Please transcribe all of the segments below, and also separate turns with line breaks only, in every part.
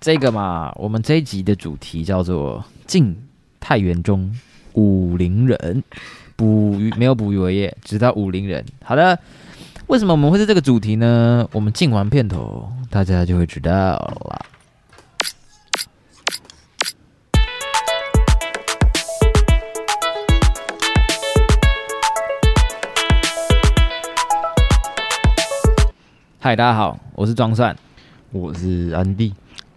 这个嘛，我们这一集的主题叫做“晋太原中武陵人”，捕鱼没有捕鱼为业，直到武陵人。好的，为什么我们会是这个主题呢？我们进完片头，大家就会知道了。嗨，大家好，我是庄善。
我是安迪，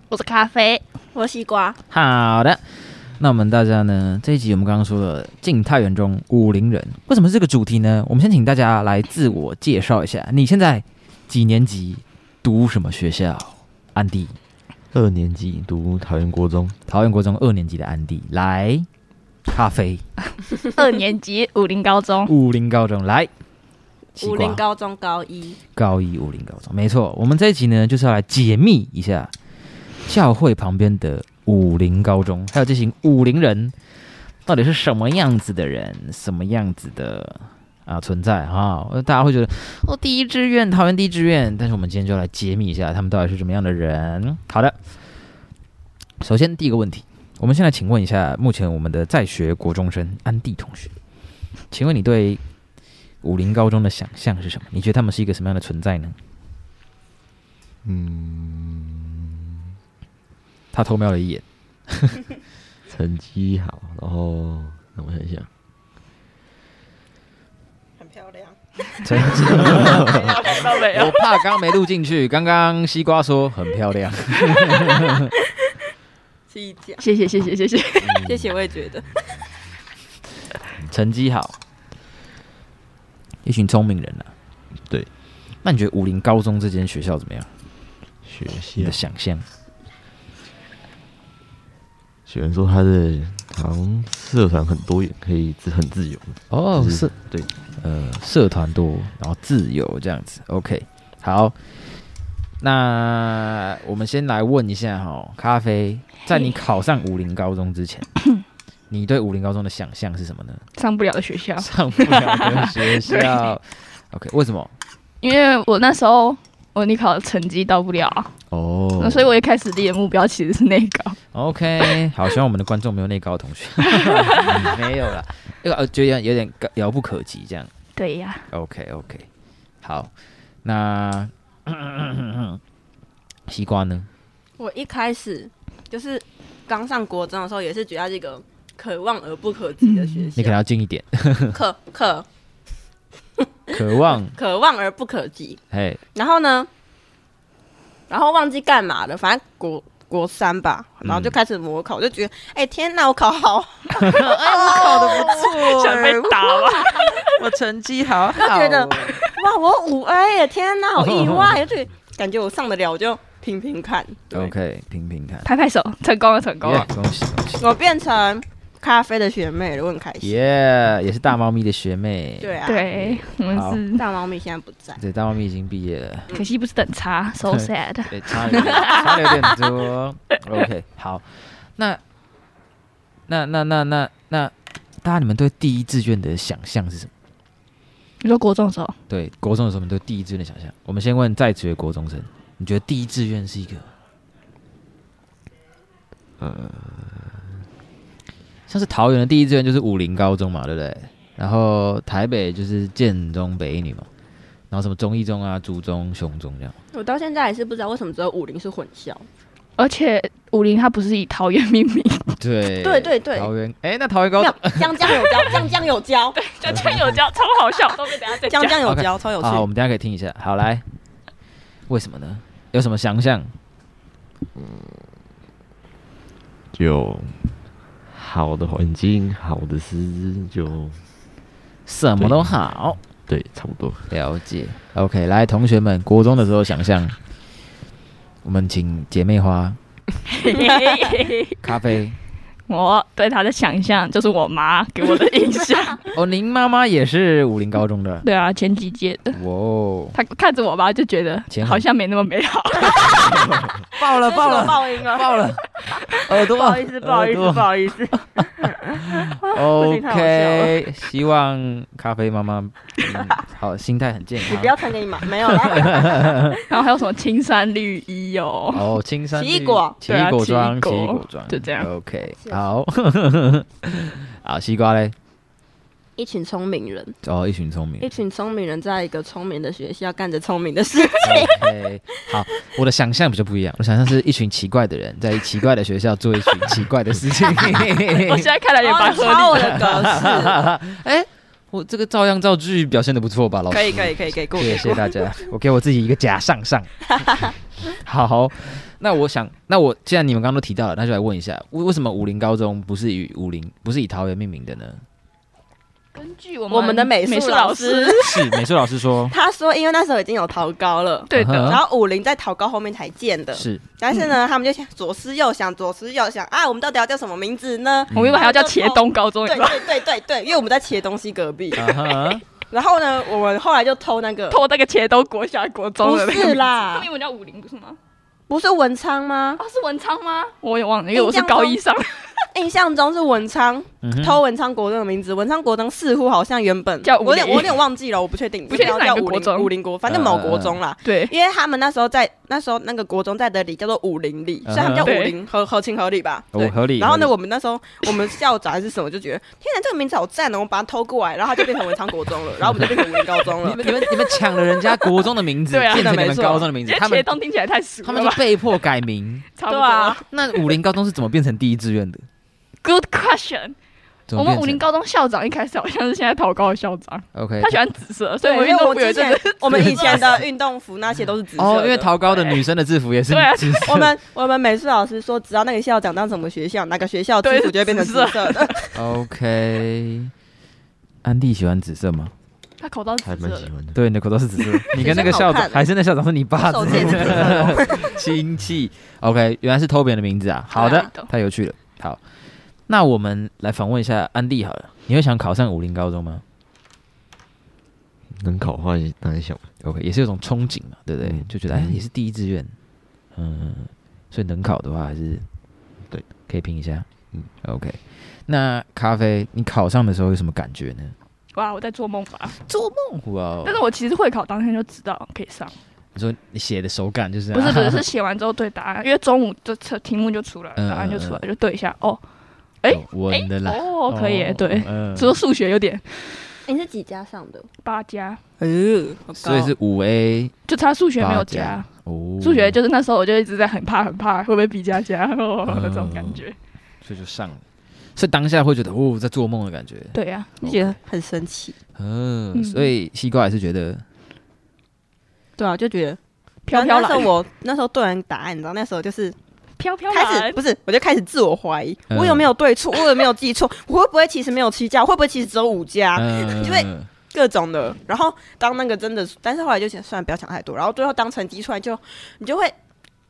我是咖 啡，我是西瓜。
好的，那我们大家呢？这一集我们刚刚说了晋太原中武陵人，为什么是这个主题呢？我们先请大家来自我介绍一下，你现在几年级，读什么学校？安迪，
二年级读桃园国中，
桃园国中二年级的安迪，来，咖啡，
二年级武林高中，
武陵高中，来，西
武
瓜
林高中高一，
高一武林高中，没错。我们这一集呢，就是要来解密一下教会旁边的武林高中，还有这群武林人到底是什么样子的人，什么样子的啊存在啊？呃大家会觉得哦，第一志愿桃园第一志愿，但是我们今天就来解密一下他们到底是什么样的人。好的，首先第一个问题，我们现在请问一下，目前我们的在学国中生安迪同学，请问你对武林高中的想象是什么？你觉得他们是一个什么样的存在呢？嗯他偷瞄了一眼，
成绩好，然后让我想一想，
很漂亮。
成绩我怕刚刚没录进去。刚刚西瓜说很漂 亮，
自己讲，
谢谢谢谢谢谢。
嗯
谢谢，我也觉得
成绩好，一群聪明人啊。
对，
那你觉得武林高中这间学校怎么样？
学啊
你的
校，
想象？
学员说他的好像社团很多元，可以自很自由，
哦
就是对，
呃，社团多，然后自由这样子。OK，好，那我们先来问一下哈、咖啡，在你考上武林高中之前，你对武林高中的想象是什么呢？
上不了的学校，
上不了的学校。OK，为什么？
因为我那时候我你考的成绩到不了啊、
哦
那所以我一开始立的目标其实是内高。
OK，好，希望我们的观众没有内高的同学，没有了，因为呃觉得有点遥不可及这样。
对呀、
OK OK，好，那 西瓜呢？
我一开始就是刚上国中的时候，也是觉得这个可望而不可及的学
嗯你可能
校，
要近一点，
可可
渴 望，
可望而不可及。
哎，
然后呢，然后忘记干嘛了，反正国国三吧，然后就开始模考，我就觉得哎、天哪，我考好， 哎我考的不错哎
想被打 吧？
我成绩好好
觉得哇，我五 A 耶，天哪，好意外，就觉得感觉我上得了，我就拼拼看。对
OK，评评看，
拍拍手，成功了，成功了。
Yeah，恭喜恭喜，
我变成咖啡的学妹了，我很开心。
耶，也是大猫咪的学妹，
对啊，，
对，我
好
们
大猫咪现在不在，
对，大猫咪已经毕业了。
是可惜不是等差，so sad。
对，差有点， 差有点多。OK，好，那那那那那那，大家你们对第一志愿的想象是什么？
你说国中的时候，
对，国中的时候，你们对第一志愿的想象？我们先问在职的国中生，你觉得第一志愿是一个
呃，
像是桃园的第一志愿就是武林高中嘛，对不对？然后台北就是建中、北一女嘛，然后什么中一中啊、竹中、雄中这样。
我到现在还是不知道为什么只有武林是混校。
而且武林它不是以桃园命名，
对
对对对
桃园哎，那桃园高
没
中
有，江江有教，江江有
就
教，
真有教，超好笑，都被等下再
江江有
OK，
教，超有趣。
好，我们等一下可以听一下。好，来， 为什么呢？有什么想象？
就好的环境，好的师资，就
什么都好，
对，差不多。
了解。OK，来，同学们，国中的时候想象，我们请姐妹花咖啡
我对他的想象就是我妈给我的印 象。
哦，您妈妈也是武林高中的，
对啊，前几届的，
哇哦，
他看着我妈就觉得
前很
好像没那么美好。
呃爆了
这是我！报应了，
爆了！呃耳朵，
啊不好意思，不好意思，不好意思。 太好笑
OK，希望咖啡妈妈、嗯、好，心态很健
你
康
不。要传给你 妈，没有啦。
然后还有什么青山绿衣哦，
哦，青山
奇异
绿
果
奇
对啊
异果
奇异
装，奇
果
异果装，
就这样
OK，
是
好， 好，西瓜嘞，
一群聪明人，
哦，一群聪明
一群聪明人在一个聪明的学校干着聪明 的事。
，OK，好，我的想象比较不一样，我想象是一群奇怪的人在奇怪的学校做一群奇怪的事情。
我哦现在看来也蛮合
哦抄我
理的。
的格
哎，我这个照样造句表现的不错吧，老
式，
师？
可以可以可以可以，给我
谢谢大家，我给我自己一个假上 上。好，那我想，那我既然你们刚刚都提到了，那就来问一下，为为什么武林高中不是以武林，不是以桃园命名的呢？
根据我
我们的美术
术
老
老
师，，
是美术老师说
他说，因为那时候已经有桃高了。
对的，
嗯
然后武林在桃高后面才建的，
是
但是呢，他们就想左思右想，左思右想啊，我们到底要叫什么名字呢？
嗯
我们原本还要叫茄东高中，
嗯对对对对对，因为我们在切东西隔壁。
啊哈，
然后呢，我们后来就偷那个，
偷那个茄东国小国中
不
的那个
是
他
啦
们英，文叫武林不是吗？
不是文昌吗？
哦，是文昌吗？我也忘了，因为我是高一上。
印象中是文昌
嗯哼
偷文昌国中的名字，文昌国中似乎好像原本
叫武林
我有点我有点忘记了，我不确定，
不确定
知
是
道
哪
叫
个
武
国中
林武林国，反正某国中啦。
对，
因为他们那时候在那时候那个国中在的里叫做武林里，
嗯
所以他们叫武林，合合情合理吧？
哦
对，
合理
然后呢，
合理
我们那时候我们校长还是什么就觉得，天哪，这个名字好赞哦，我们把它偷过来，然后它就变成文昌国中了，然后我们就变成武林高中
你
了。
们你们你们抢了人家国中的名字，
对啊
变成你们
没错
高中的名
因
字
为，
他们
茄东听起来太熟
他
了
们就
吧？
被迫改名。
差不多。
对啊
那武林高中是怎么变成第一志愿的？
Good question。
怎么变
我们
成
武林高中校长一开始好像是现在桃高的校长，
OK，
他喜欢紫色，所以
对，
我们
因为
运
我
动部有
之
一阵
前
子
我们以前的运动服那些都是紫色的
哦，因为桃高的女生的制服也是
对啊
紫色
我们我们美术老师说，只要那个校长当什么学校，哪个学校制服就会变成紫色的。
OK，安迪喜欢紫色吗？
他口罩
还
紫色
蛮
的
喜。欢的。
对，你的口罩是紫色。你跟那个
好
校
看
长，还是那校长是你爸
手
之
机也
类
是紫色
的
的哦。
亲戚。OK，原来是偷别人的名字啊。好的
对的，
太有趣了。好，那我们来访问一下安迪好了。你会想考上武林高中吗
能考的话当然想，
？OK，也是有种憧憬嘛，对不对？
嗯
就觉得哎，也是第一志愿，嗯，所以能考的话还是
对，
可以拼一下。嗯
嗯
，OK。那咖啡，你考上的时候有什么感觉呢？
哇，我在做梦吧？
做梦哇哦！
但是我其实会考当天就知道可以上，
你说你写的手感就是
不是 不是是写完之后对答案，因为中午就测题目就出来了，
嗯
答案就出来了就对一下哦，哎
哦文的啦，
哦可以耶，对，
嗯
只有数学有点
你是几加上的？
八加，
嗯，
所以是五 A
就差数学没
八
有
加
加。
哦，
数学就是那时候我就一直在很怕很怕会不会比加加哦
嗯
那种感觉。
所以就上了，所以当下会觉得哦在做梦的感觉，
对啊呀、
就
哦
觉得很生气。
嗯，
嗯
所以西瓜也是觉得
对啊，就觉得
飘飘
那时
然
候我那时候对完答案，你知道那时候就是
飘飘
开始
然
不是，我就开始自我怀疑，
嗯
我有没有对错，我有没有记错，我会不会其实没有七加，我会不会其实只有五加，
嗯，
因为各种的。然后当那个真的，但是后来就想算了，不要想太多。然后最后当成绩出来就，你就会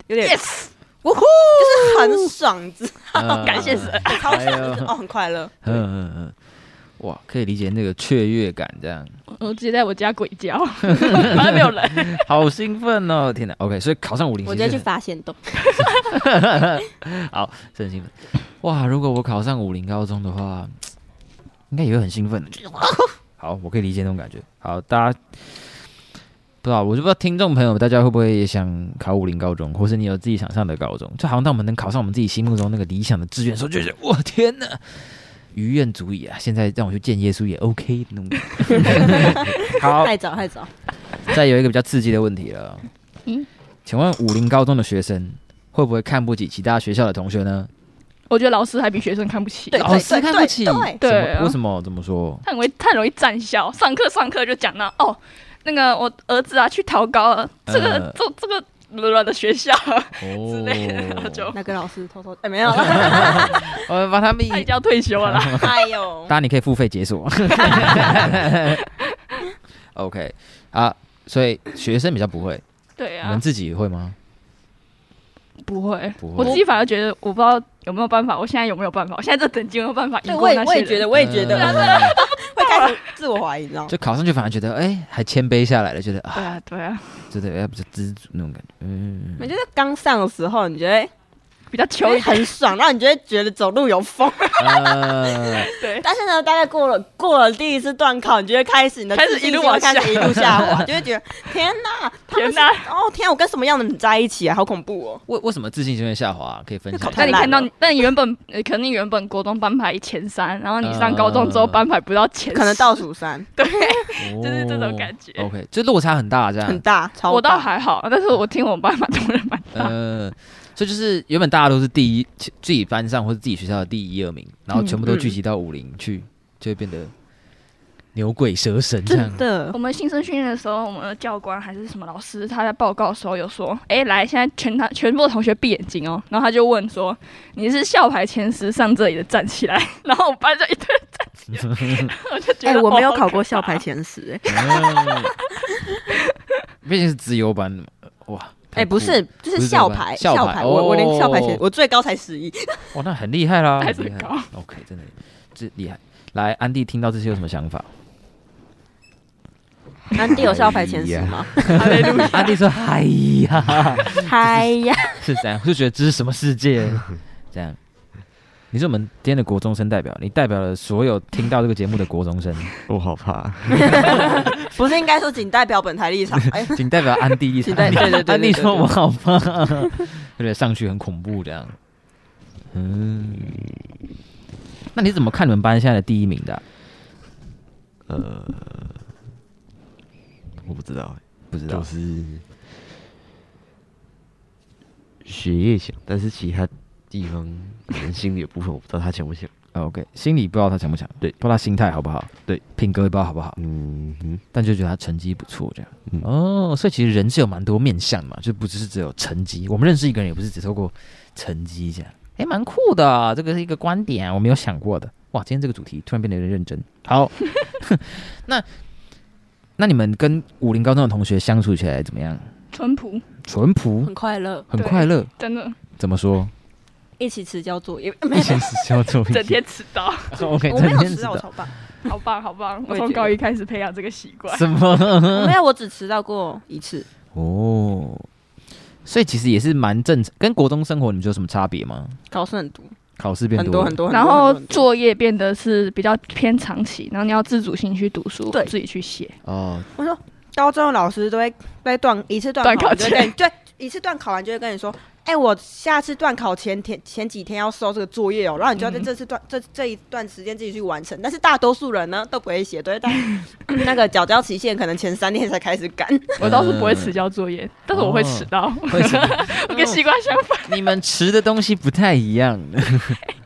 有点
，yes，
呜呼，就是很爽，就是
嗯
感谢神，
超爽，
哎呦
就是哦，很快乐。
嗯嗯嗯，哇，可以理解那个雀跃感，这样
我直接在我家鬼叫，反正没有人。
好兴奋哦！天哪，OK，所以考上五零，
我今天去发现洞，
好，是很兴奋。哇，如果我考上武林高中的话，应该也会很兴 奋的。就是好，我可以理解那种感觉。好，大家不知道，我就不知道听众朋友们大家会不会也想考武林高中，或是你有自己想上的高中？就好像当我们能考上我们自己心目中那个理想的志愿的时候，就觉得我天哪，余愿足矣啊！现在让我去见耶稣也 OK 那种感觉。 好，
太早太早。
再有一个比较刺激的问题了。
嗯
请问武林高中的学生会不会看不起其他学校的同学呢？
我觉得老师还比学生看不起，
对
老师
对
看不
对
起，
对
怎么
对啊
为什么？怎么 说？
他很容易，他很容易站校，上课上课就讲到哦，那个我儿子啊去桃高了，这个、
嗯
这这个软软的学校，啊
哦
类的 就
那个老师偷偷哎、没有了，
我们把他们
他已经要退休了 啦。
哎呦
当，然你可以付费解 锁。OK 啊，所以学生比较不会，
对
你
啊
们，自己会吗？嗯
不会，
不
我
会
自己反而觉得我不知道有没有办法，我现在有没有办法，我现在这等级有没有办法赢
对，
过
我也
那
我
些
也觉
人？
得，我也觉
啊
得
嗯
会开始自我怀疑，你知道吗？
就考上去反而觉得，哎，还谦卑下来了，觉得
对
啊，哎
啊，对啊，
觉得要比较知足那种感觉。嗯，
我觉得刚上的时候，你觉得
比较
就
秋
会
一点。
很爽，然后你就会觉得走路有风。
呃，
对，
但是呢，大概过了过了第一次断考，你就会开始你的
开始
自信
一路
心会
往下
开始一路下滑，就会觉得天哪，他
天
们是
哪！
哦天啊，我跟什么样的人在一起啊？好恐怖 哦！
为为什么自信心会下滑、可以分享
考
一
那
下
太
你
烂
看到
了，
那你原本呃可能你原本国中班排前三，然后你上高中之后
嗯
班排不到前，
可能倒，数三，
就是这种感觉
哦 OK，就落差很大，这样
很大，超
我倒
大。
还好，但是我听我爸妈同人蛮大，
呃，所以就是原本大家都是第一，其自己班上或者自己学校的第一二名，然
嗯
后全部都聚集到武林去，就会变得牛鬼蛇神这 样
真。的
我，们新生训练的时候，我们的教官还是什么老师，他在报告的时候有说：“哎、来，现在全他全部的同学闭眼睛哦。”然后他就问说：“你是校排前十上这里的站起来。”然后我们班就一堆人站起来，我就觉
哎、
得、
我没有
哦
考过校，
好
排
可怕
前十、哎
嗯毕竟是资优班的嘛，哇！
哎、
太酷
不
了
是，
不
就是
是
校
校
排，
排
校
校
排，
排
我我连
哦
校排前，我最高才十一，
哇，那很厉害啦，
还
很
是
厉害
高。
OK，真的这厉害。来，安迪听到这些有什么想法？
安迪有校排前十吗？
安迪说：“嗨呀，
嗨哎呀，
是这样，就觉得这是什么世 界？这样。”你是我们今天的国中生代表，你代表了所有听到这个节目的国中 生。
我好怕。
不是应该说仅代表本台立场？哎、
仅代表安迪一场。
仅代对对对对对
安迪说我好怕， 有点上去很恐怖这样。嗯，那你怎么看你们班现在的第一名的啊、
呃，我不知道欸，
不知道
就，是学业强，但是其他地方可能心理的部分，我不知道他强不强。
啊 OK，心里不知道他强不强，
对
不知道他心态好不好，
对，
品格也不知道好不好，
嗯哼，
但就觉得他成绩不错这样。
嗯
哦，所以其实人是有蛮多面相嘛，就不只是只有成绩。我们认识一个人也不是只透过成绩这样。诶，蛮酷的啊，这个是一个观点，我没有想过的。哇，今天这个主题突然变得有点认真。 好，那那你们跟武林高中的同学相处起来怎么样？
淳朴，
淳朴，
很快乐，
很
对
快乐。
真的
怎么 说？
一起迟交作业，
以前是交作业，
整天迟到，
OK，
我没
整
有
天
迟
知道
到，我超棒。
好棒好棒！
我
我
也觉得
从高一开始培养这个习惯，
什 么？
我没有，我只迟到过一次。
哦，所以其实也是蛮正常，跟国中生活你们有什么差别吗？
考试很多，
考试变
很多
了
很多，
然后
很多
作业变得是比较偏长期，然后你要自主性去读书，
对
自己去写。
哦，
我说高中的老师都会在断一次断
断
考
考
就会跟你，对，一次断考完就会跟你说，哎、我下次断考前天前几天要收这个作业哦，然后你就要在
嗯
这次段、这这一段时间自己去完成。但是大多数人呢都不会写，都会在那个缴交期限可能前三天才开始赶。
我倒是不会迟交作业，但是我会迟到，
会什么？
我跟习惯相反。
你们吃的东西不太一样。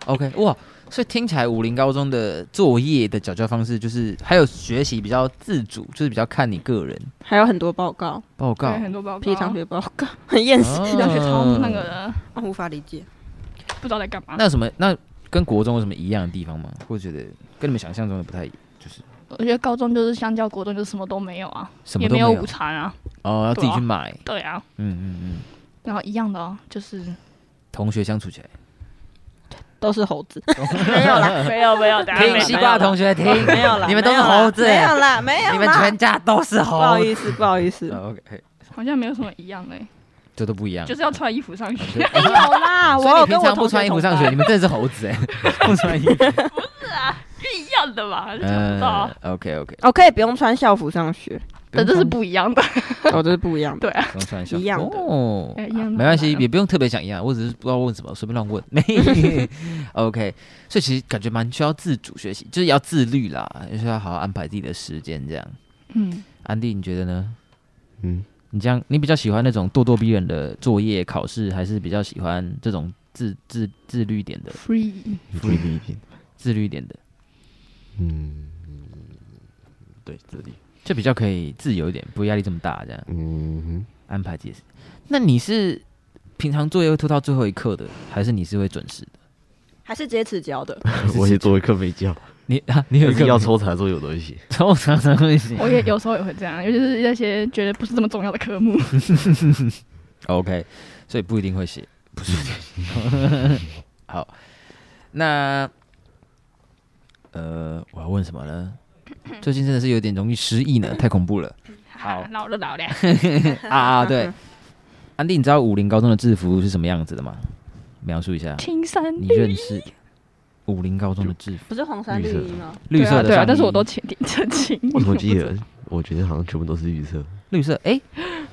OK，哇，所以听起来武林高中的作业的缴交方式，就是还有学习比较自主，就是比较看你个人
还有很多报告，
报告
对，。很多报告，
批常学报告，很厌
嗯
世，
要去抄那个的，
我啊无法理解。
不知道在干嘛。
那有什么？那跟国中有什么一样的地方吗？或者觉得跟你们想象中的不太一样？就是
我觉得高中就是相较国中就是什么都没有啊，
什么
也
都
没
没
有
有
午餐啊，
哦，要自己去买。
对啊，
嗯嗯嗯，
然后一样的哦，就是
同学相处起来。
都是猴 子，没有啦，
没有没 有，大
家没有
听
啦
西瓜同学听，
没有啦，
你们都是猴子
没有啦，没有啦，
你们全家都是
不
猴
好意思，不好意思，
哦 OK，
好像没有什么一样
嗯
的，
这都不一样。
就是要穿衣服上
啊所。
学
以
没有啦，
所以
啊我
你平
有跟我
常不
同
穿
学
衣服
同
上
班
学，你们真的是猴子哎， 不穿 衣服。
一样的嘛，就想不到
嗯
啊。
，OK OK，
哦，可以不用穿校服上学，
但这是不一样的，
哦，这是不一样的。
对啊，
不用穿校
一样的
哦
哎一样的
没关系，
好吧
也不用特别想一样，我只是不知道问什么，随便乱 问。OK，所以其实感觉蛮需要自主学习，就是要自律啦，就是要好好安排自己的时间这样。
嗯，
安迪，你觉得呢？
嗯，
你这样，你比较喜欢那种咄咄逼人的作业考试，还是比较喜欢这种自自自律一点的
free，
注意一点。
自律一点的，
嗯，对，这里。
就比较可以自由一点，不会压力这么大这样。
嗯
安排解释。那你是平常作业会拖到最后一刻的，还是你是会准时的？
还是直接迟交的，
哼，我也作为课没交，
你啊，你有
就
一个
是要抽查的时候有东西。
抽常常会写。
我也有时候也会这样，尤其是那些觉得不是这么重要的 科目。
OK，所以不一定会写，不是。好，那呃，我要问什么呢？最近真的是有点容易失忆 呢，太恐怖了啊好
老 了老了，
啊！对，安迪，你知道武林高中的制服是什么样子的吗？描述一下
青山
你
绿
认识武林高中的制服，
不是黄山绿衣吗？
绿色的哦
对啊，对啊
上，
但是我
衣
都挺挺澄 清。
为什么记得？我觉得好像全部都是绿色。
绿色，哎，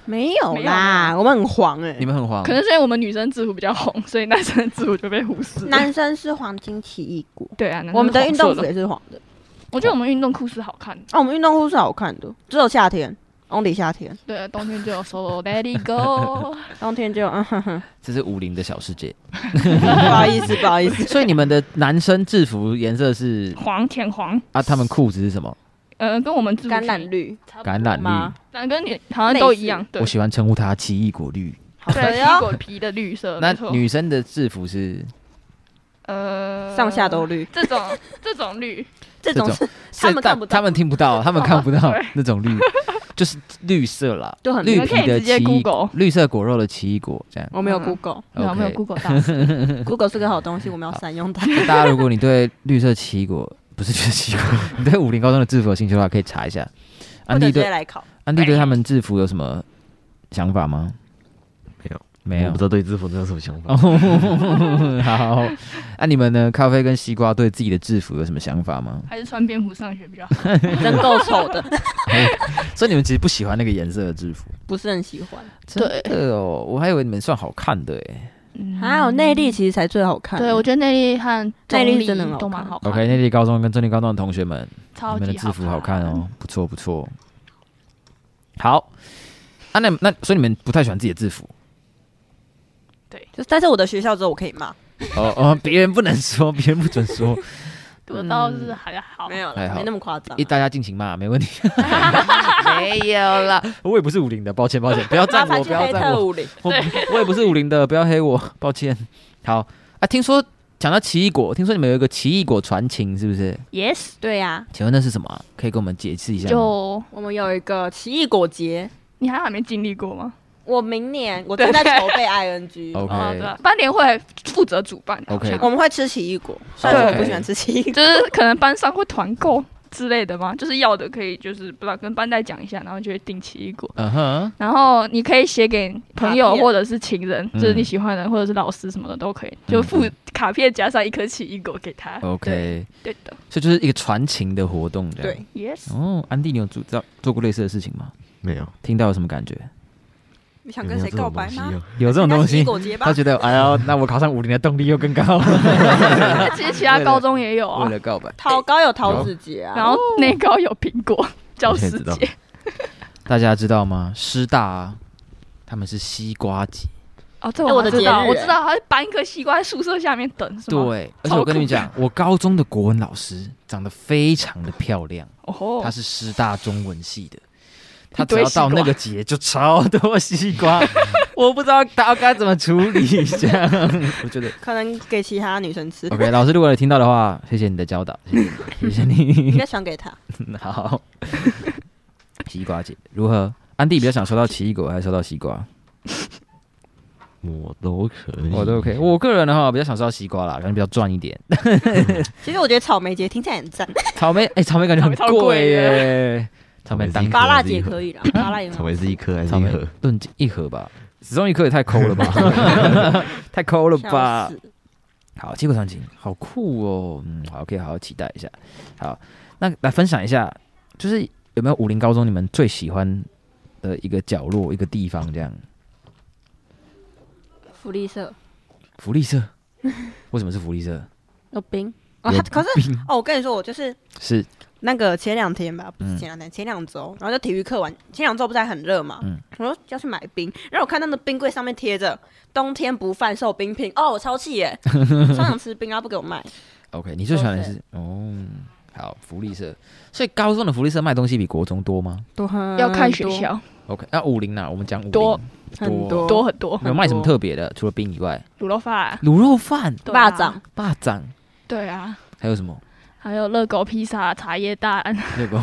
没有
没有
啦，我们很黄哎
你。们很黄
可，能是因为我们女生制服比较红，所以男生的制服就被忽视。
男生是黄金奇异果，
对啊，男生
我们的
是
运
黄色
动服也是黄的。
我觉得我们运动裤是好看的。
啊，我们运动裤是好看的，只有夏天，only 夏天，
对啊，冬天就有 So Let It Go。
冬天就嗯哼 哼，
这是武林的小世界。
不好意思，不好意 思，
所以你们的男生制服颜色是
黄浅黄，
啊，他们裤子是什么？
呃，跟我们制服
橄榄绿，
差不多
橄榄
吗
绿，
但跟你好像都一样。对
我，喜欢称呼它奇异果绿。
好的
对，苹
哟，
果皮的绿色，
那
呃没错
女生的制服是
呃
上下都绿，
这种这种绿，
这种
这
是
是
他们看
但
不到
他们听不到，他们看不到
对
那种绿，就是绿色啦，
就很
绿
你
皮
可以
的
直接
奇异
Google
绿色果肉的奇异果这样。
我没有
嗯
Google，
然后没有
OK
Google 大师，
Google 是个好东西，我们要善用它。
啊
大家如果你对绿色奇异果不是绿色奇异果， 你对武林高中的制服有兴趣的话，可以查一下。
或
安
者
迪
直接
对
来考，
安迪对他们制服有什么想法吗？
没有，
没
我
有
不知。道对制服这有什么想法。
哦，好，那、你们呢？咖啡跟西瓜对自己的制服有什么想法吗？
还是穿蝙蝠上学比较好。
真够丑的，
所以你们其实不喜欢那个颜色的制服，
不是很喜欢。
真的哦，我还以为你们算好看的欸诶。
还有啊内力其实才最好看，
嗯对，我觉得内力和
内力
中立
真的很好
都蛮
看
好看
OK，内地高中跟中立高中的同学们，
超
你
级
们的制服好看哦，不错不错。好，啊，那那所以你们不太喜欢自己的制服
就但是我的学校只有我可以骂，
哦哦， 别人不能说，别人不准说，
我倒是还好，
嗯没有
还
了，
好
没那么夸张啊
一。大家尽情骂，没问 题。没有啦，我也不是武林的，抱歉抱歉，不要
麻
赞
烦
我，
去
不要
黑
赞我
特。五零，
我我也不是武林的，不要黑我， 抱歉。好啊，听说讲到奇异果，听说你们有一个奇异果传情，是不是？
，yes，
对呀，
请问那是什么啊、可以给我们解释一下吗？
就
我们有一个奇异果节，
你还好没经历过吗？
我明年我正在筹备 ING，
OK
哦，对吧，班联会负责主办
OK
好像
我们会吃奇异果，但是我不喜欢吃奇异果。
就是可能班上会团购之类的嘛，就是要的可以就是不知道跟班代讲一下，然后就会定奇异果。
嗯哼，
然后你可以写给朋
卡
友
片
或者是情人，
嗯
就是你喜欢的人或者是老师什么的都可以，就附卡片加上一颗奇异果给他。
OK，
对的
所以就是一个传情的活动，这样。
对，
，yes，
哦，安迪，你有做做做过类似的事情吗？
没有，
听到有什么感觉？
你想
有
跟
没有
谁
这
告
种
白
东西
吗？
啊？
有这种东
那奇异
西，
果节吧
他，觉得哎呀，那我考上武林的动力又更高 了。
那 其实其他高中也有
哦为
啊，
了告白，
桃糕有桃子节啊，
然后内高有苹 果教
我现在
师
知道
节，
大家知道吗？师大、啊、他们是西瓜节。
哦，这
哎我
我
的
知
节
道，
日
我
哎
知道，他搬一颗西瓜在宿舍下面等，是吗？，欸
对，而且我跟你们讲，我高中的国文老师长得非常的漂亮，
哦吼
她，是师大中文系的。她
一
只
堆
要到
西瓜
那个节就超多西瓜， 我不知道她该怎么处理。这样，我觉得
可能给其他女生吃，
OK。老师，如果有听到的话，谢谢你的教导，谢谢你谢谢你
应。该传给他。
好，西瓜节如何？安迪比较想收到奇异果，还是收到西瓜？
我都可以，
我都 OK。我个人的话，比较想收到西瓜啦，感觉比较赚一点。
其实我觉得草莓节听起来很赞，
草莓，哎、草莓感觉很
草莓超
贵
贵
耶。草莓当
嗯
芭拉节可以啦，芭拉也蛮
草莓是一颗还是
草
一
莓
盒？
论斤一盒吧，始终一颗也太抠了 吧，太抠了
笑
吧。
死。
好，结果场景好酷哦，嗯，好，可以好好期待一下。好，那来分享一下，就是有没有武林高中你们最喜欢的一个角落、一个地方这样？
福利社
福利 社，为什么是福利社？
有冰哦，
有
他 可是哦，我跟你说，我就是
是
那个前两天吧，不
嗯
是前两天，前两周，然后就体育课完，前两周不是还很热嘛，
嗯
我说要去买冰，然后我看到那冰柜上面贴着“冬天不贩售冰品”，哦，我超气耶，超想吃冰，然后不给我卖，
OK，你最喜欢的
都
是哦，好，福利社。所以高中的福利社卖东西比国中多吗
多很
嗯
要看学校，
？OK，那武林呢？啊我们讲武林
多
很多
多很多，
有卖什么
很多
特别的？除了冰以外，
卤肉饭，
卤肉饭、
对啊
霸掌，
霸掌，
对啊，
还有什么？
还有热狗、披萨、茶叶蛋，
热狗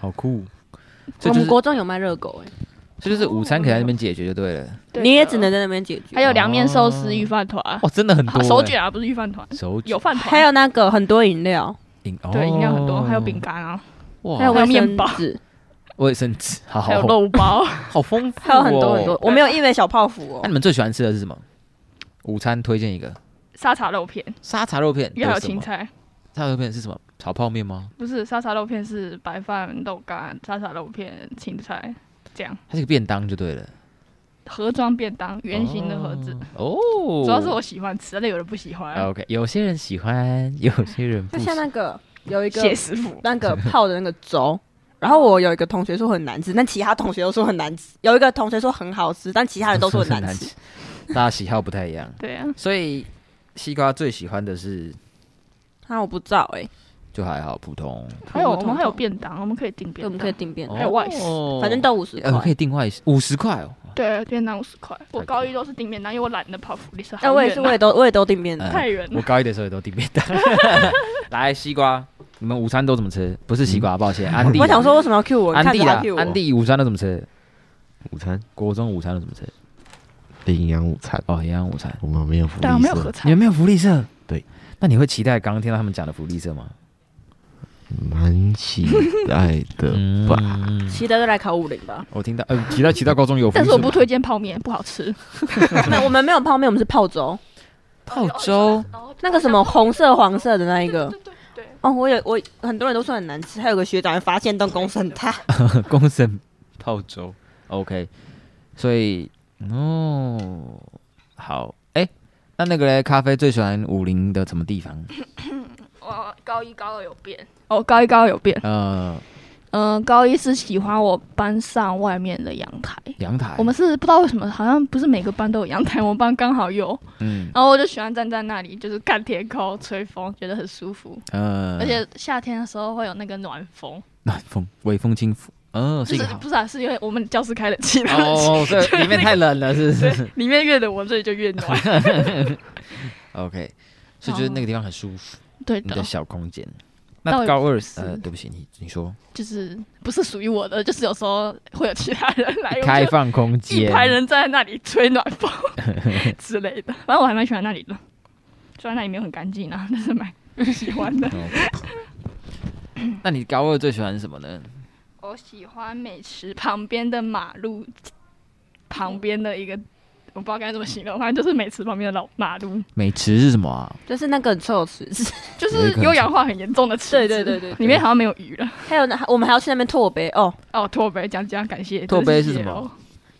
好酷。 这就
我们
是
国中有卖热狗哎，
这就是午餐可以在那边解决就对了。
对
你也
的
只能在那边解决，
还有凉面寿司、
哦
鱼饭团，
哦，真的很多、
啊
欸。
手卷啊，不是鱼饭团，
手卷
有饭团，
还有那个很多饮料，
饮哦
对饮料很多，还有饼干啊，
哇，
还有
还有
卫
面
生
包
纸，
卫生纸，好好
还有肉包，
好丰富、哦，
还有很多很多。。我没有一为小泡芙
那
哦
你，们最喜欢吃的是什么？午餐推荐一个
沙茶肉片，
沙茶肉片，
应该还有
什
青
么？
菜。
沙茶肉片是什么？炒泡面吗？
不是沙茶肉片是白饭、豆干、沙茶肉片、青菜这样
它是个便当就对了，
盒装便当，圆形的盒子。
哦。啊
主要是我喜欢吃，但是有人不喜欢。
OK，有些人喜欢， 有些人不
就
喜
像那个有一个
谢师傅，
那个泡的那个粥。然后我有一个同学说很难吃，但其他同学都说很难吃。有一个同学说很好吃，但其他人都说很难 吃。，
大家喜好不太一样。
对啊，
所以西瓜最喜欢的是
那、我不知道哎、
就还好普通，
还有
普
我
普
们还有
通
便当，我们可以订便
对，
当，
我们可以订便当，
还有外食
哦
反正都五十
哎，我可
块。
以订外五十块哦，
对便当五十块。我
太
高
贵
一都是订便当，因为我懒得跑福利社，
哎、
好
我也
远
是，
啊
我也都我也都订便当。
嗯
太远
我
了。
高一的时候也都订 便当。 来，西瓜，你们午餐都怎么吃？不是西瓜，抱歉，安迪
我
啊。
想说为什么要 Q 我？你
安
看
迪
着
啦
还 Q，我
安迪午餐都怎么吃？
午餐
国中午餐都怎么吃？
的营养午餐，
哦，营养午餐。
我们没有福利
对啊，没有合
社，
你
菜
们，没有福利社？
对。
那你会期待刚刚听到他们讲的福利社吗？
蛮期待的吧？
嗯，
期待就来考五零吧。
我听到，呃，期待期待高中有福利
但
社
是
吗，
我不推荐泡面，不好吃。
那我们 没有泡面，我们是泡粥，
泡粥，
那个什么红色、黄色的那一 个。
对对对，
哦，我也我很多人都说很难吃，还有个学长还发现动公审他。
公审泡粥，OK，所以哦，好，哎、那那个嘞，咖啡最喜欢武林的什么地方？
我高一高二有变，哦，高一高二有变。
呃，
嗯，高一是喜欢我班上外面的阳台。
阳台。
我们是不知道为什么，好像不是每个班都有阳台，我们班刚好有。
嗯
然后我就喜欢站在那里，就是看天空、吹风，觉得很舒服。
呃，
而且夏天的时候会有那个暖风，
暖风，微风轻拂，哦，
就是是
好
不是啊，是因为我们教室开冷气，然后
哦，所以里面太冷了，是不是
里面越冷，我们这里就越暖。
？OK，所以就是那个地方很舒服，
对
你
的
的，小空间。
倒
那
也
高
不
二
是
呃，对不起，你你说
就是不是属于我的，就是有时候会有其他人来，我
开
们
放空
就哎一
间，
排人站在那里吹暖 风之类的。反正我还蛮喜欢那里的，虽然那里没有很干净啊， 但是蛮喜欢的。
OK 那你高二最喜欢什么呢？
我喜欢美食旁边的马路旁边的一个，我不知道该怎么形容，反正就是美食旁边的老马路，
美食是什么啊？
就是那个很臭的池子，
就是优氧化很严重的池子。
对对对对对
里面好像没有鱼了。
还有那我们还要去那边拓杯哦，
哦，托杯讲讲感谢。
拓杯是
真谢
什么
哦？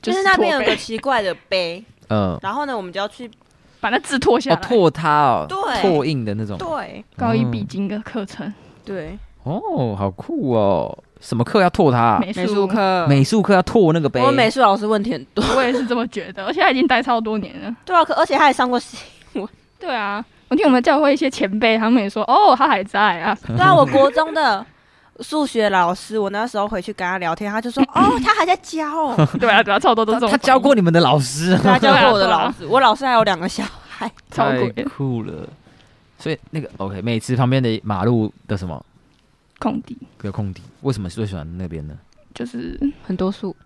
就是是那边有
拓
个
杯
奇怪的杯，
呃，
然后呢，我们就要去
把那字拓下
哦，
来。
拓嗯它哦，
对
拓印的那种。
对
高一必经的课程，
对
哦，好酷哦！什么课要拓它啊？
美
美术
术，
课，
美术课要拓那个
我
杯。
们美术老师问题很多，
我也是这么觉得，而且他已经待超多年了。
对啊，可而且他还上 过戏，
对啊，我听我们教会一些前辈，他们也说，哦，他还 在啊。
对啊，我国中的。数学老师，我那时候回去跟他聊天，他就说：“哦，他还在教哦，
对啊，对啊，超多都是这种
他
反应。
教过你们的老师啊，
他教过我的
对啊
老师，我老师还有两个小孩。
超
太
贵的
酷了。所以那个 OK，美食旁边的马路的什么
空地，
有空地？为什么最喜欢那边 呢？。
就是”
很多数，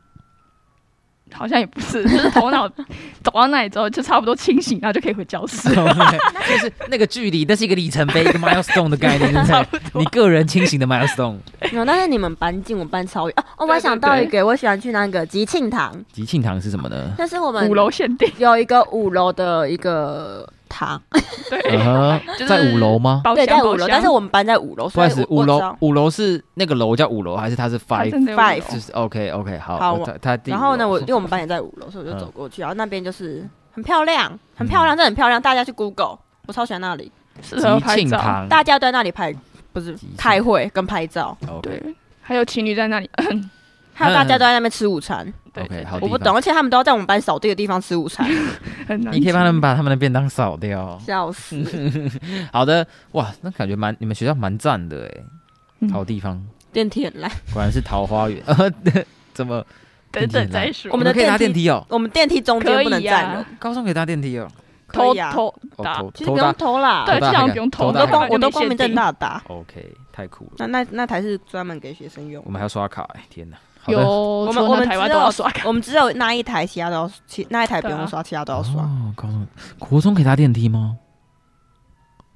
好像也不是， 就是头脑走到那里之后就差不多清醒，然后就可以回教室
就是那个距离，那是一个里程碑，一个 milestone 的概 念，对不对？你个人清醒的 milestone。
没有，但是你们班进我们班超远啊！哦，我还想到一个，我喜欢去那个吉庆堂，
吉庆堂是什么呢？
那是我们
五楼限定，
有一个五楼的一个堂，
对，
哎
嗯
就是
在五楼吗？
包
对，
厢
在五
包
楼，
厢
但是我们班在五楼，
不好意
所以
思，
我
五
我知道
楼五楼是那个楼叫五楼，还是它是
他
five？
真的有
five
五楼
就是 OK OK 好，
好
我
我
他他第五
然后呢，
楼
我因为我们班也在五楼，所以我就
嗯
走过去，然后那边就是很漂亮，很漂亮，真的很漂亮，大家去 Google，我超喜欢那里，
适合
吉
拍
庆
照。
堂
大家都在那里拍，不是
吉庆
开会跟拍照，
OK
对，还有情侣在那里，
还有大家都在那边吃午餐，
对
OK 好，
我不懂，，而且他们都要在我们班扫地的地方吃 午餐，
很难。
你可以帮他们把他们的便当扫掉。
笑死！
好的，哇，那感觉蛮你们学校蛮赞的哎，
嗯
好地方，
电梯很烂，
果然是桃花源。 呃对怎么
等等再说。
我们
你
的
可以搭电
电梯
梯哦？
我们电梯中
可
间不能
以啊
站
呀
人，，
高中可以搭电梯哦？
可
偷
以啊
偷
哦
打，
头
其实
头
不
搭
用偷啦，
对，
头大
这
那
样
个
不用偷，
头
我
大
都
那个
光我都光明正大打，
OK，太酷了，
那那那台是专门给学生用
我。们还要刷卡哎，天哪！好
有，
的，
我
我
们我们
台
只
湾都
有
要刷卡。
我们只有那一台，其他都要其那一台不
啊
用刷，其他都要刷。
哦，高中国中可以搭电梯吗？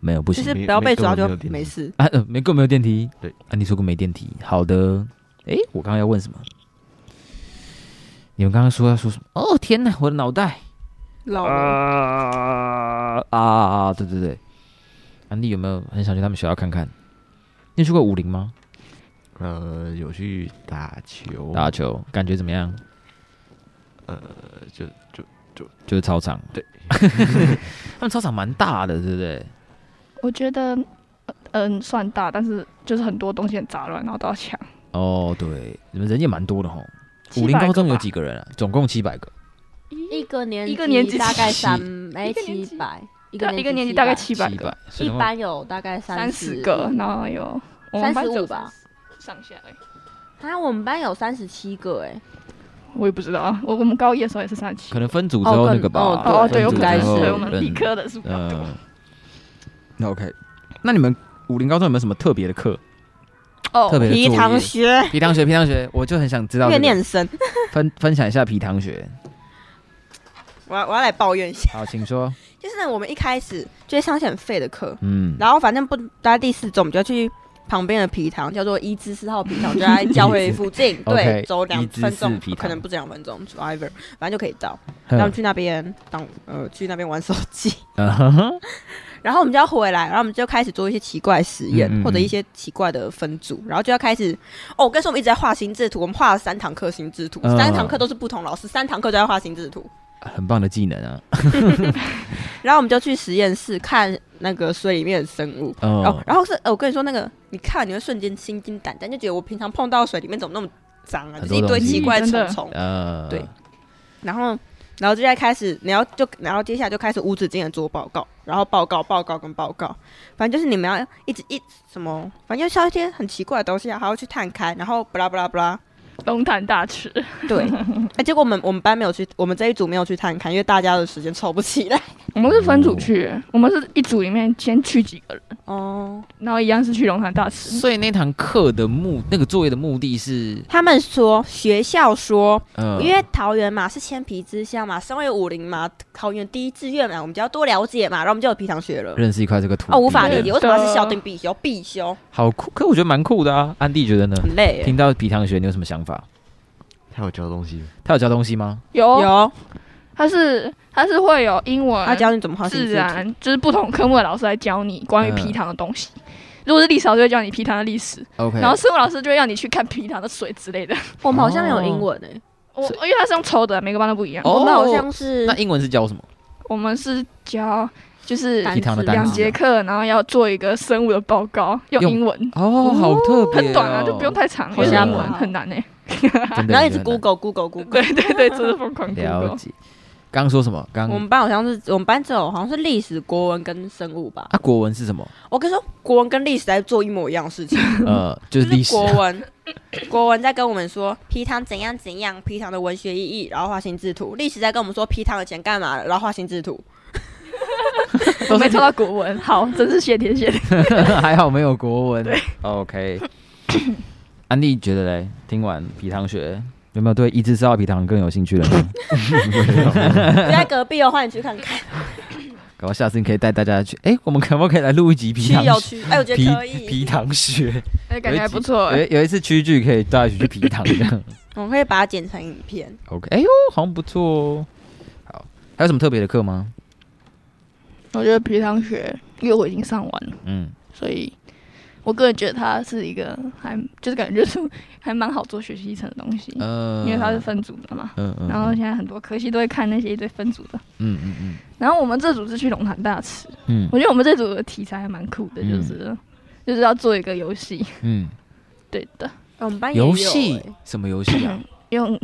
没有，不
就
行
是
没
不要被
没根
抓
本
就
没有电梯
没事。
啊，呃没更没有电梯。
对
啊，你说过没电梯。好的，诶，我刚刚要问什么？你们刚刚说要说什么？哦，天哪，我的脑袋！
老了，
啊啊啊！对对对，安迪有没有很想去他们学校看看？你有去过武林吗？
呃，有去打球，
打球感觉怎么样？
呃就就
就是操场，
对，
他们操场蛮大的，对不对？
我觉得，呃嗯，算大，但是就是很多东西很杂乱，然后都要抢。
哦，对，你们人也蛮多的吼。
700
武林高中
个吧
有几个人啊？总共七百个。
一
一个年
一个年级
级大概
七
三哎
一个年
七
级
百，一
对啊，一个年级
700
大概七百
七
个
百，，所以
一
总共
般有大概
三
十
十个，然后有我们班只有
35吧
30上下而已。
啊，我们班有三十七个哎、
我也不知道啊，我我们高一的时候也是三十七
可。能分组之后那个吧。
哦
哦，
对
对，有可
应该
能
是
对
有
我们理科的是比较多。
嗯，那 OK，那你们武林高中有没有什么特别的课？特
哦，
别的
皮
作业
糖学，
皮糖学，皮糖学，我就很想知道这
怨
个、
念很深。
分分享一下皮糖学。
我要我要来抱怨一下，
好，请说。
就是呢我们一开始就会上一些很废的课，
嗯，
然后反正不大概第四周，我们就要去旁边的皮糖，叫做一至四号皮糖，就在教会附近， 对
OK，，
走两
一至
分
四
钟
皮，
可能
糖嗯
不止两分钟，whatever，反正就可以到。
哼
然后我们去那边当呃去那边玩手机，
嗯哼
然后我们就要回来，然后我们就开始做一些奇怪实验、
嗯嗯嗯
或者一些奇怪的分组，然后就要开始哦，我跟你说我们一直在画心智图，我们画了三堂课心智图，
嗯
三堂课都是不同老师，三堂课都在画心智图。
很棒的技能啊。
然后我们就去实验室看那个水里面的生物，哦
哦，，
然后是，呃我跟你说那个，你看你会瞬间心惊胆战，就觉得我平常碰到水里面怎么那么脏啊，
很
就
多
是一堆
东西
奇怪的
嗯真的
虫虫。
呃，
对然后，然后就在开始，你要就然后接下来就开始无止境的做报告，然后报告报告跟报告，反正就是你们要一直一什么，反正就是要一些很奇怪的东西啊，还要去探勘，然后不啦不啦不啦。
龙潭大池，
对， 哎，结果我们我们班没有去，我们这一组没有去探勘，因为大家的时间凑不起来。
我们是分组去，我们是一组里面先去几个人，
哦，
然后一样是去龙潭大池。
所以那堂课的目，那个作业的目的是，
他们说学校说
呃，
因为桃园嘛是千皮之乡嘛，身为武林嘛，桃园第一志愿嘛，我们就要多了解嘛，然后我们就有皮糖学了。
认识一块这个土
哦，无法
地
理解为什么它是校定必修，必修
好酷，可我觉得蛮酷的啊。安迪觉得呢？
很累耶。
听到皮糖学，你有什么想法？
他有教东西吗，
他有教东西吗？
有，
有，
它是它是会有英文、
他教你怎么画心
自
智
啊
图，
然，就是不同科目的老师来教你关于
嗯
皮糖的东西。如果是历史老师，就会教你皮糖的历史；
OK，
然后生物老师就会让你去看皮糖的水之 类的。
我们好像
哦
有英文哎、
我
所
因为它是用抽的，每个班都不一样。
哦
欸我们好像是
那英文是教什么？
我们是教就是
单
皮糖的
字
单
两
词啊
节课，然后要做一个生物的报告，用
用
英文，
哦，好特别哦，
很短啊，就不用太长，因
好
为
像
英
我
文很难诶。
真的，
然后一直
真的
Google Google Google。
对对对，真的疯狂 g
了
o
解。刚刚说什么？刚
我们班好像是我们班只有好像是历史、国文跟生物吧。
啊，国文是什么？
我跟你说，国文跟历史在做一模一样的事情，
呃， 就
就是
历
是
史
国文，国文在跟我们说皮糖怎样怎样，皮糖的文学意义，然后画心智图；历史在跟我们说皮糖的钱干嘛了，然后画心智图。
我没抽到古文，好，真是谢天谢地。
还好没有国文。OK，安迪觉得嘞，听完皮糖学有没有对一至四号皮糖更有兴趣了呢？
就在隔壁哦，换你去看看。
搞不好下次你可以带大家去，哎、我们可不可以来录一集 皮
区
糖
有
学
区，哎，我觉
皮
得可以。
皮糖学？
哎，感觉还不错
有
诶。
一有一次区剧可以大家一起去皮糖这样。
我们可以把它剪成影片。
OK，哎呦，好像不错哦。好，还有什么特别的课吗？
我觉得皮糖学，因为我已经上完了，
嗯，
所以我个人觉得它是一个还就是感觉就是还蛮好做学习历程的东西，
呃，
因为它是分组的嘛。
嗯嗯，
然后现在很多科系都会看那些一堆分组的，
嗯嗯嗯
然后我们这组是去龙潭大池，
嗯
我觉得我们这组的题材还蛮酷的，
嗯
就是、就是要做一个游戏，
嗯
对的，
哦我们班欸
嗯，游戏什么游戏啊？
用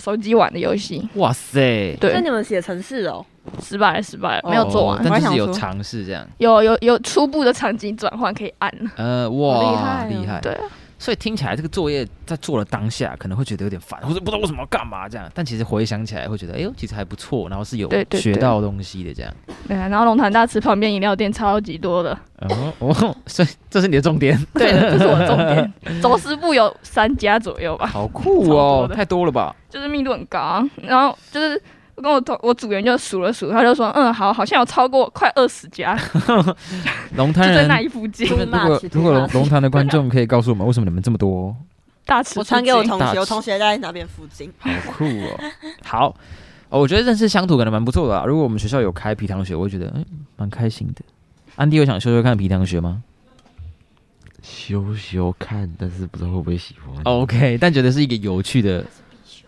手机玩的游戏，
哇塞，
所以
对，
你们写程式哦，
失败了，失败了，没有做
哦
完，
但就
我还
是
想
有
说
尝试这样。
有有有初步的场景转换可以按啊了，
呃，哇，
好厉害哦
厉害！
对啊，
所以听起来这个作业在做了当下，可能会觉得有点烦，或者不知道为什么要干嘛这样。但其实回想起来，会觉得哎呦，其实还不错，然后是有
对对
学
对
到东西的这样。
对啊，然后龙潭大池旁边饮料店超级 多的，
哦哦， 所以这是你的重点，
对的，这是我的重点，走私部有三家左右 吧，
好酷
超
哦
多，的
太多了吧？
就是密度很高啊，然后就是。我跟我同我组员就数了数，他就说：“嗯，好，好像有超过快二十家，
龙
就
潭
在
人
那一附近
这。边如果
Too much,
如果
too
龙
much
龙潭的观众可以告诉我们，为什么你们这么多？
大池附近”
我传给我同
大
学，我
池
同学在那边附近。
好酷哦！好哦，我觉得认识乡土感觉蛮不错的啊。如果我们学校有开皮糖学，我会觉得嗯蛮开心的。安迪有想修修看皮糖学吗
修修看，但是不知道会不会喜欢。
？OK，但觉得是一个有趣的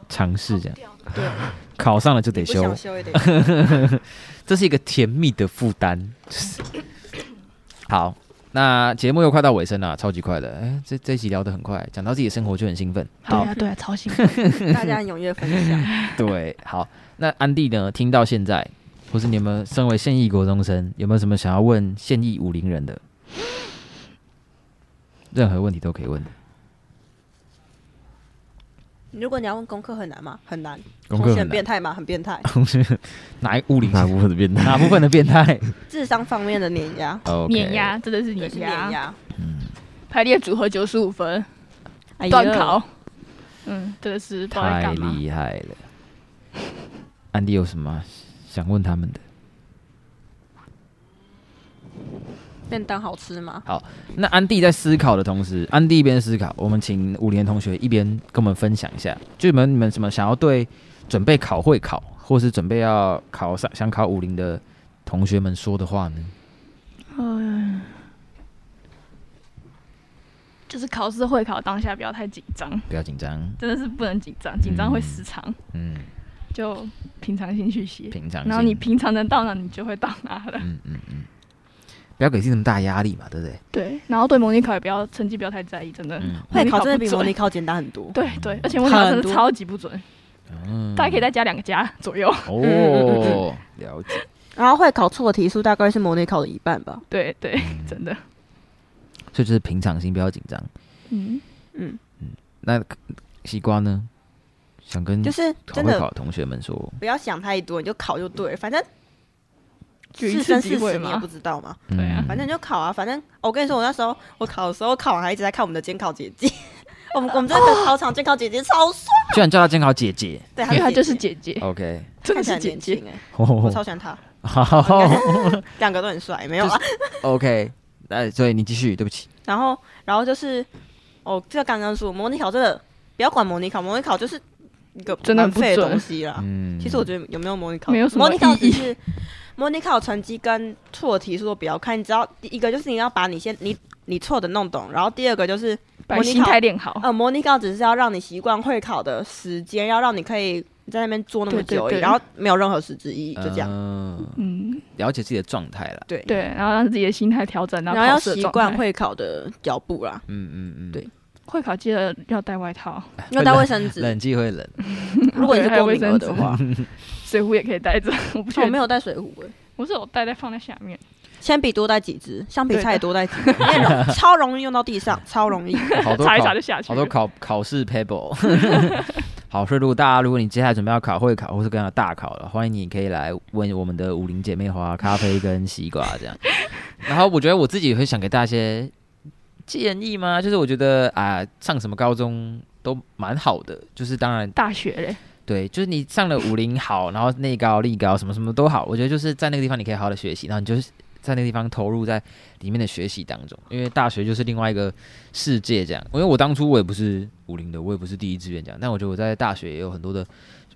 尝试，这样考上了就得
不
修，
想修一点。
这是一个甜蜜的负担。 就是好，那节目又快到尾声了，超级快的。哎，这这一集聊得很快，讲到自己的生活就很兴 奋。
对
好，
啊，对啊，超兴奋。
大家很踊跃分 享，
对，好，那安迪呢？听到现在，或是你们身为现役国中生，有没有什么想要问现役武陵人 的？任何问题都可以问的，
如果你要问功课很难吗？很难。
功课
同
很
学很
难
变。态吗？很变态。
哪一武陵
哪部分的变态？
哪部分的变态？
智商方面的碾压，
OK
碾压真的是
也
碾
是碾
压，
压。
排列组合九十五分，
哎呦
断考。嗯，真的是不知道在
太
干嘛。
厉害了。安迪有什么想问他们的？
便当好吃吗？
那安迪在思考的同时，安迪一边思考，我们请五年同学一边跟我们分享一下，就你们你们什么想要对准备考会考，或是准备要考上想考五零的同学们说的话呢？
嗯，就是考试会考当下不要太紧张，
不要紧张，
真的是不能紧张，紧张会失常。
嗯，
就平常心去写，
平常心，
然后你平常能到哪，你就会到哪了。
嗯嗯嗯，不要给自己那么大压力嘛，对不对？
对，然后对模拟考也不要成绩不要太在意，真的。
嗯
会考真的比
模
模
拟
拟考简单很 多。
对对，而且模拟考真的超级不准，
嗯，
大概可以再加两个加左
嗯
右。
哦，了解，
然后会考错题数大概是模拟考的一半吧。
对对，
嗯
真的。
所以就是平常心，不要紧张。
嗯，
嗯，
那西瓜呢？想跟
就是
考嗯
真
会
的
考的同学们说，
不要想太多，你就考就对了，反正
就一
是
次
生
机
是
会
死你
嘛
也不知道嘛，
对啊
嗯
反正你就考啊，反正、哦我跟你说，我那时候我考的时候，我考完还一直在看我们的监考姐姐， 我们我们真的
哦
考场监考姐姐超帅，
居然叫她监考姐 姐
对，
因为她
她
就是
姐
姐姐，
，OK，
姐，
真
看
的
起来
是
很
姐哦姐。
年轻哎，我超
好
喜欢她，
好
两个都很帅，没有啊。
，OK，哎，所以你继续，对不起，
然后然后就是哦，这个刚刚说模拟考真的不要管模拟考，模拟考就是一个
真的
蛮
很不
废的
准
东西啦。
嗯，
啊 其实我觉得有没有模拟考，
没有什么
模拟考
意
只
义
是模拟考成绩跟错题数都不要看，你只要第一个就是你要把你先你你错的弄懂，然后第二个就是
把心态练好。
呃模拟考只是要让你习惯会考的时间，要让你可以在那边坐那么
对对
久而已，
对
然后没有任何实质意义，就这样。
嗯，
嗯，
了解自己的状态了，
对
对，然后让自己的心态调整，
然
后
后
考
要
试的
习
状
惯
态
会考的脚步啦，
嗯嗯嗯，
对
会考记得要带外套，
要带卫生纸。
冷气会冷，
如果你是
对还有
过
卫
敏儿
生
的
纸
话，
水壶也可以带 着。我不确
我
定
没，有带水壶诶。
我是有带在放在下面。
铅笔多带几支，橡皮
对
擦也
的
多带几 支，因为容超容易用到地上，超容易。
好多
查一查
考
就下去
好
了
多。考考试 paper。好， 所以如果大家如果你接下来准备要考会考或是跟要大考了，欢迎你可以来问我们的武林姐妹花、咖啡跟西瓜这样。然后我觉得我自己会想给大家一些建议吗？就是我觉得啊、上什么高中都蛮好的，就是当然
大学 嘞，
对，就是你上了武林好，然后内高、力高什么什么都好，我觉得就是在那个地方你可以好好的学习，然后你就是在那个地方投入在里面的学习当中，因为大学就是另外一个世界这样。因为我当初我也不是武林的，我也不是第一志愿这样，但我觉得我在大学也有很多的，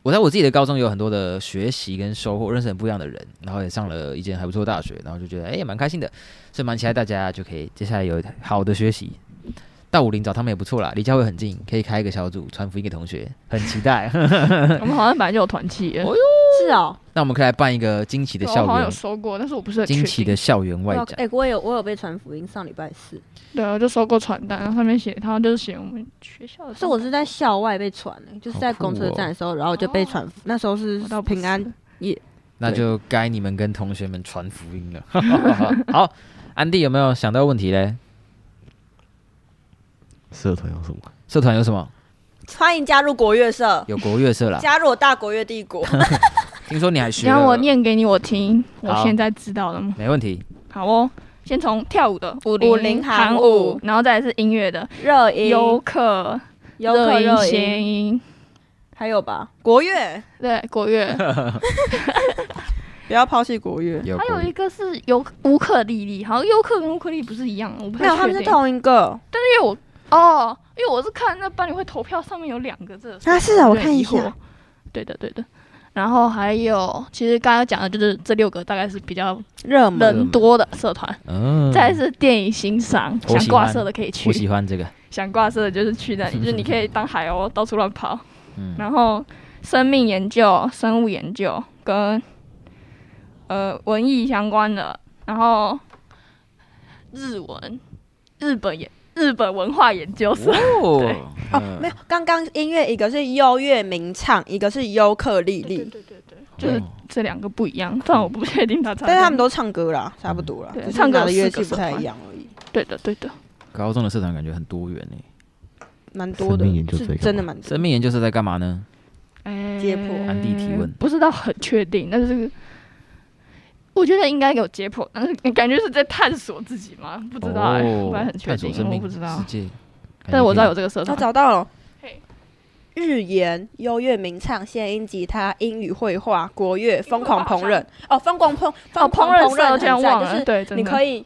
我在我自己的高中也有很多的学习跟收获，认识很不一样的人，然后也上了一间还不错的大学，然后就觉得哎也蛮开心的，所以蛮期待大家就可以接下来有好的学习。到武林找他们也不错啦，离教会很近，可以开一个小组传福音给同学，很期待。
我们好像本来就有团契耶，
哦
是哦，
那我们可以来办一个惊奇的
我
校
好像有
园，
收过，但是我不是很确
惊奇的
定。
校园外展。
哎、我有我有被传福音，上礼拜四，
对，我就收过传单，然后上面写，他就是写我们学校的。
是我是在校外被传的、就是在
好酷哦
公车站的时候，然后我就被传、那时候是
我倒不
平安
是，
那就该你们跟同学们传福音了。 好，安迪有没有想到问题嘞？
社团有什么？
社团有什么？
欢迎加入国乐社，
有国乐社啦。
加入我大国乐帝 国。
听说你还学？
你让我。念给你我听，我
好
现在知道了吗？
没问题。
好哦，先从跳舞的舞
武林
韩
韩
舞
舞，
然后再来是音乐的
热音、
尤克、
尤克
音、
热
弦
音，
音，
还有吧，国乐，
对，国乐，
不要抛弃国乐。
有
还
国
有一个是尤乌克丽丽，好像尤克跟乌克丽不是一样，我不太
没有，他
确
们
定
是。同一个。
但是因为我哦，因为我是看那班里会投票，上面有两个这个
啊，是啊，
有
我
点
看一
疑惑
下。。
对的，对的。然后还有，其实刚刚讲的就是这六个，大概是比较
热门
人多的社团。
嗯，
再来是电影欣赏，
我
想
喜
挂
欢
社的可以
我喜
去，
欢这个，
想挂社的就是 去那里，就是你可以当海鸥到处乱跑。
嗯，
然后生命研究、生物研究跟呃文艺相关的，然后日文、日本研、日本文化研究社。对
哦，
哦
嗯，
没有，刚刚音乐一个是优越名唱，一个是尤克里里，
对对对，就是
哦
这两个不一样，但我不确定它差在哪。
但是他们都唱歌啦，差不多啦，
对
只是
唱歌
拿的
有四
乐
个
器不
社
太
团
一样而已，
对的对的，
高中的社团感觉很多元呢。欸
蛮多的
生命研，究
是
这个
真的
嘛
蛮多
生。命研究社在干嘛呢？
哎
解剖
安迪提问
呃不知道很确定，但是。我觉得应该有解剖，但是感觉是在探索自己吗？不知道哎、
哦
我还很确
探索
定，
生
我
命
不知道
世。界，
但是我知道有
感觉
这个社
他
团，
找到了
嘿。
日言、优越名唱、现音吉他、英语绘画、国乐、疯狂烹饪哦，疯狂烹
哦，
疯狂
烹饪
烹饪
社
很
居然
赞
忘
就
了，
是
对，真
你
的
可以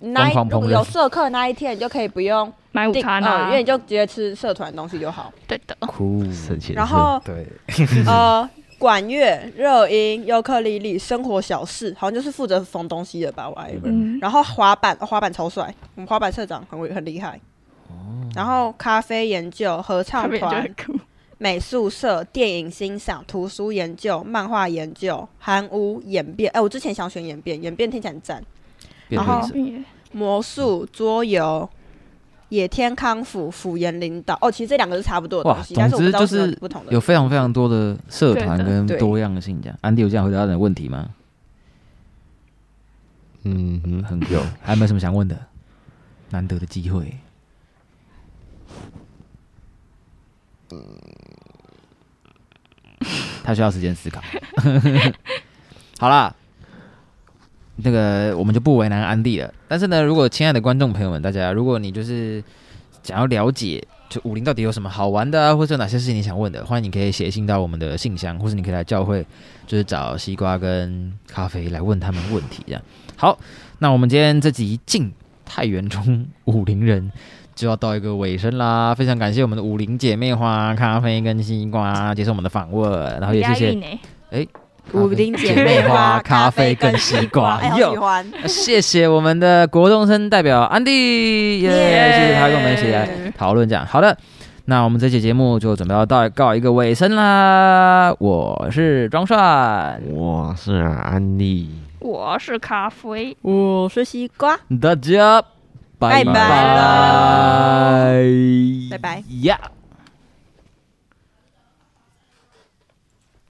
那一
疯狂烹
如果
饪
有社课那一天，你就可以不用
买午
订
餐
呃
啊，
因为你就直接吃社团的东西就好。
对的，
挺酷，
省钱。
嗯然后
对，
呃，管乐、热音、尤克里里、生活小事，好像就是负责缝东西的吧，whatever。
嗯，
然后滑板，哦滑板超帅，我们滑板社长很伟很厉害。
哦
然后咖啡研究、合
他
唱
们也觉得
团
很、酷，
美术社、电影欣赏、图书研究、漫画研究、韩屋演变。哎，我之前想选演变，演变听起来很赞。
变
然
成
后
是
魔术、桌游、野天康复、辅研领导。哦，其实这两个是差不多的
哇
东西，但是我不
总之
知
就
道
是
有不同的。
有非常非常多的社团
对的
跟
对
多样性这样。安迪有这样回答到你的问题吗？
嗯哼，
很有， 还有没有什么想问的？难得的机会，他需要时间思考。 好啦，那个我们就不为难安迪了。但是呢，如果亲爱的观众朋友们，大家如果你就是想要了解就武林到底有什么好玩的啊，或者有哪些事情你想问的，欢迎你可以写信到我们的信箱，或是你可以来教会，就是找西瓜跟咖啡来问他们问题这样。好，那我们今天这集进太原中武陵人就要到一个尾声啦，非常感谢我们的武陵姐妹花咖啡跟西瓜接受我们的访问，然后
嗯
也谢谢
谢，
武林呃 姐妹花、咖啡跟西瓜，哎，好喜欢。
谢谢我们的国中生代表安迪，耶、
耶
谢谢他跟我们一起来讨论这样。好的，那我们这期节目就准备要到告一个尾声啦。我是庄帅，
我是安利，
我是咖啡。
我是西瓜，
大家
拜拜
拜
拜拜。
呀。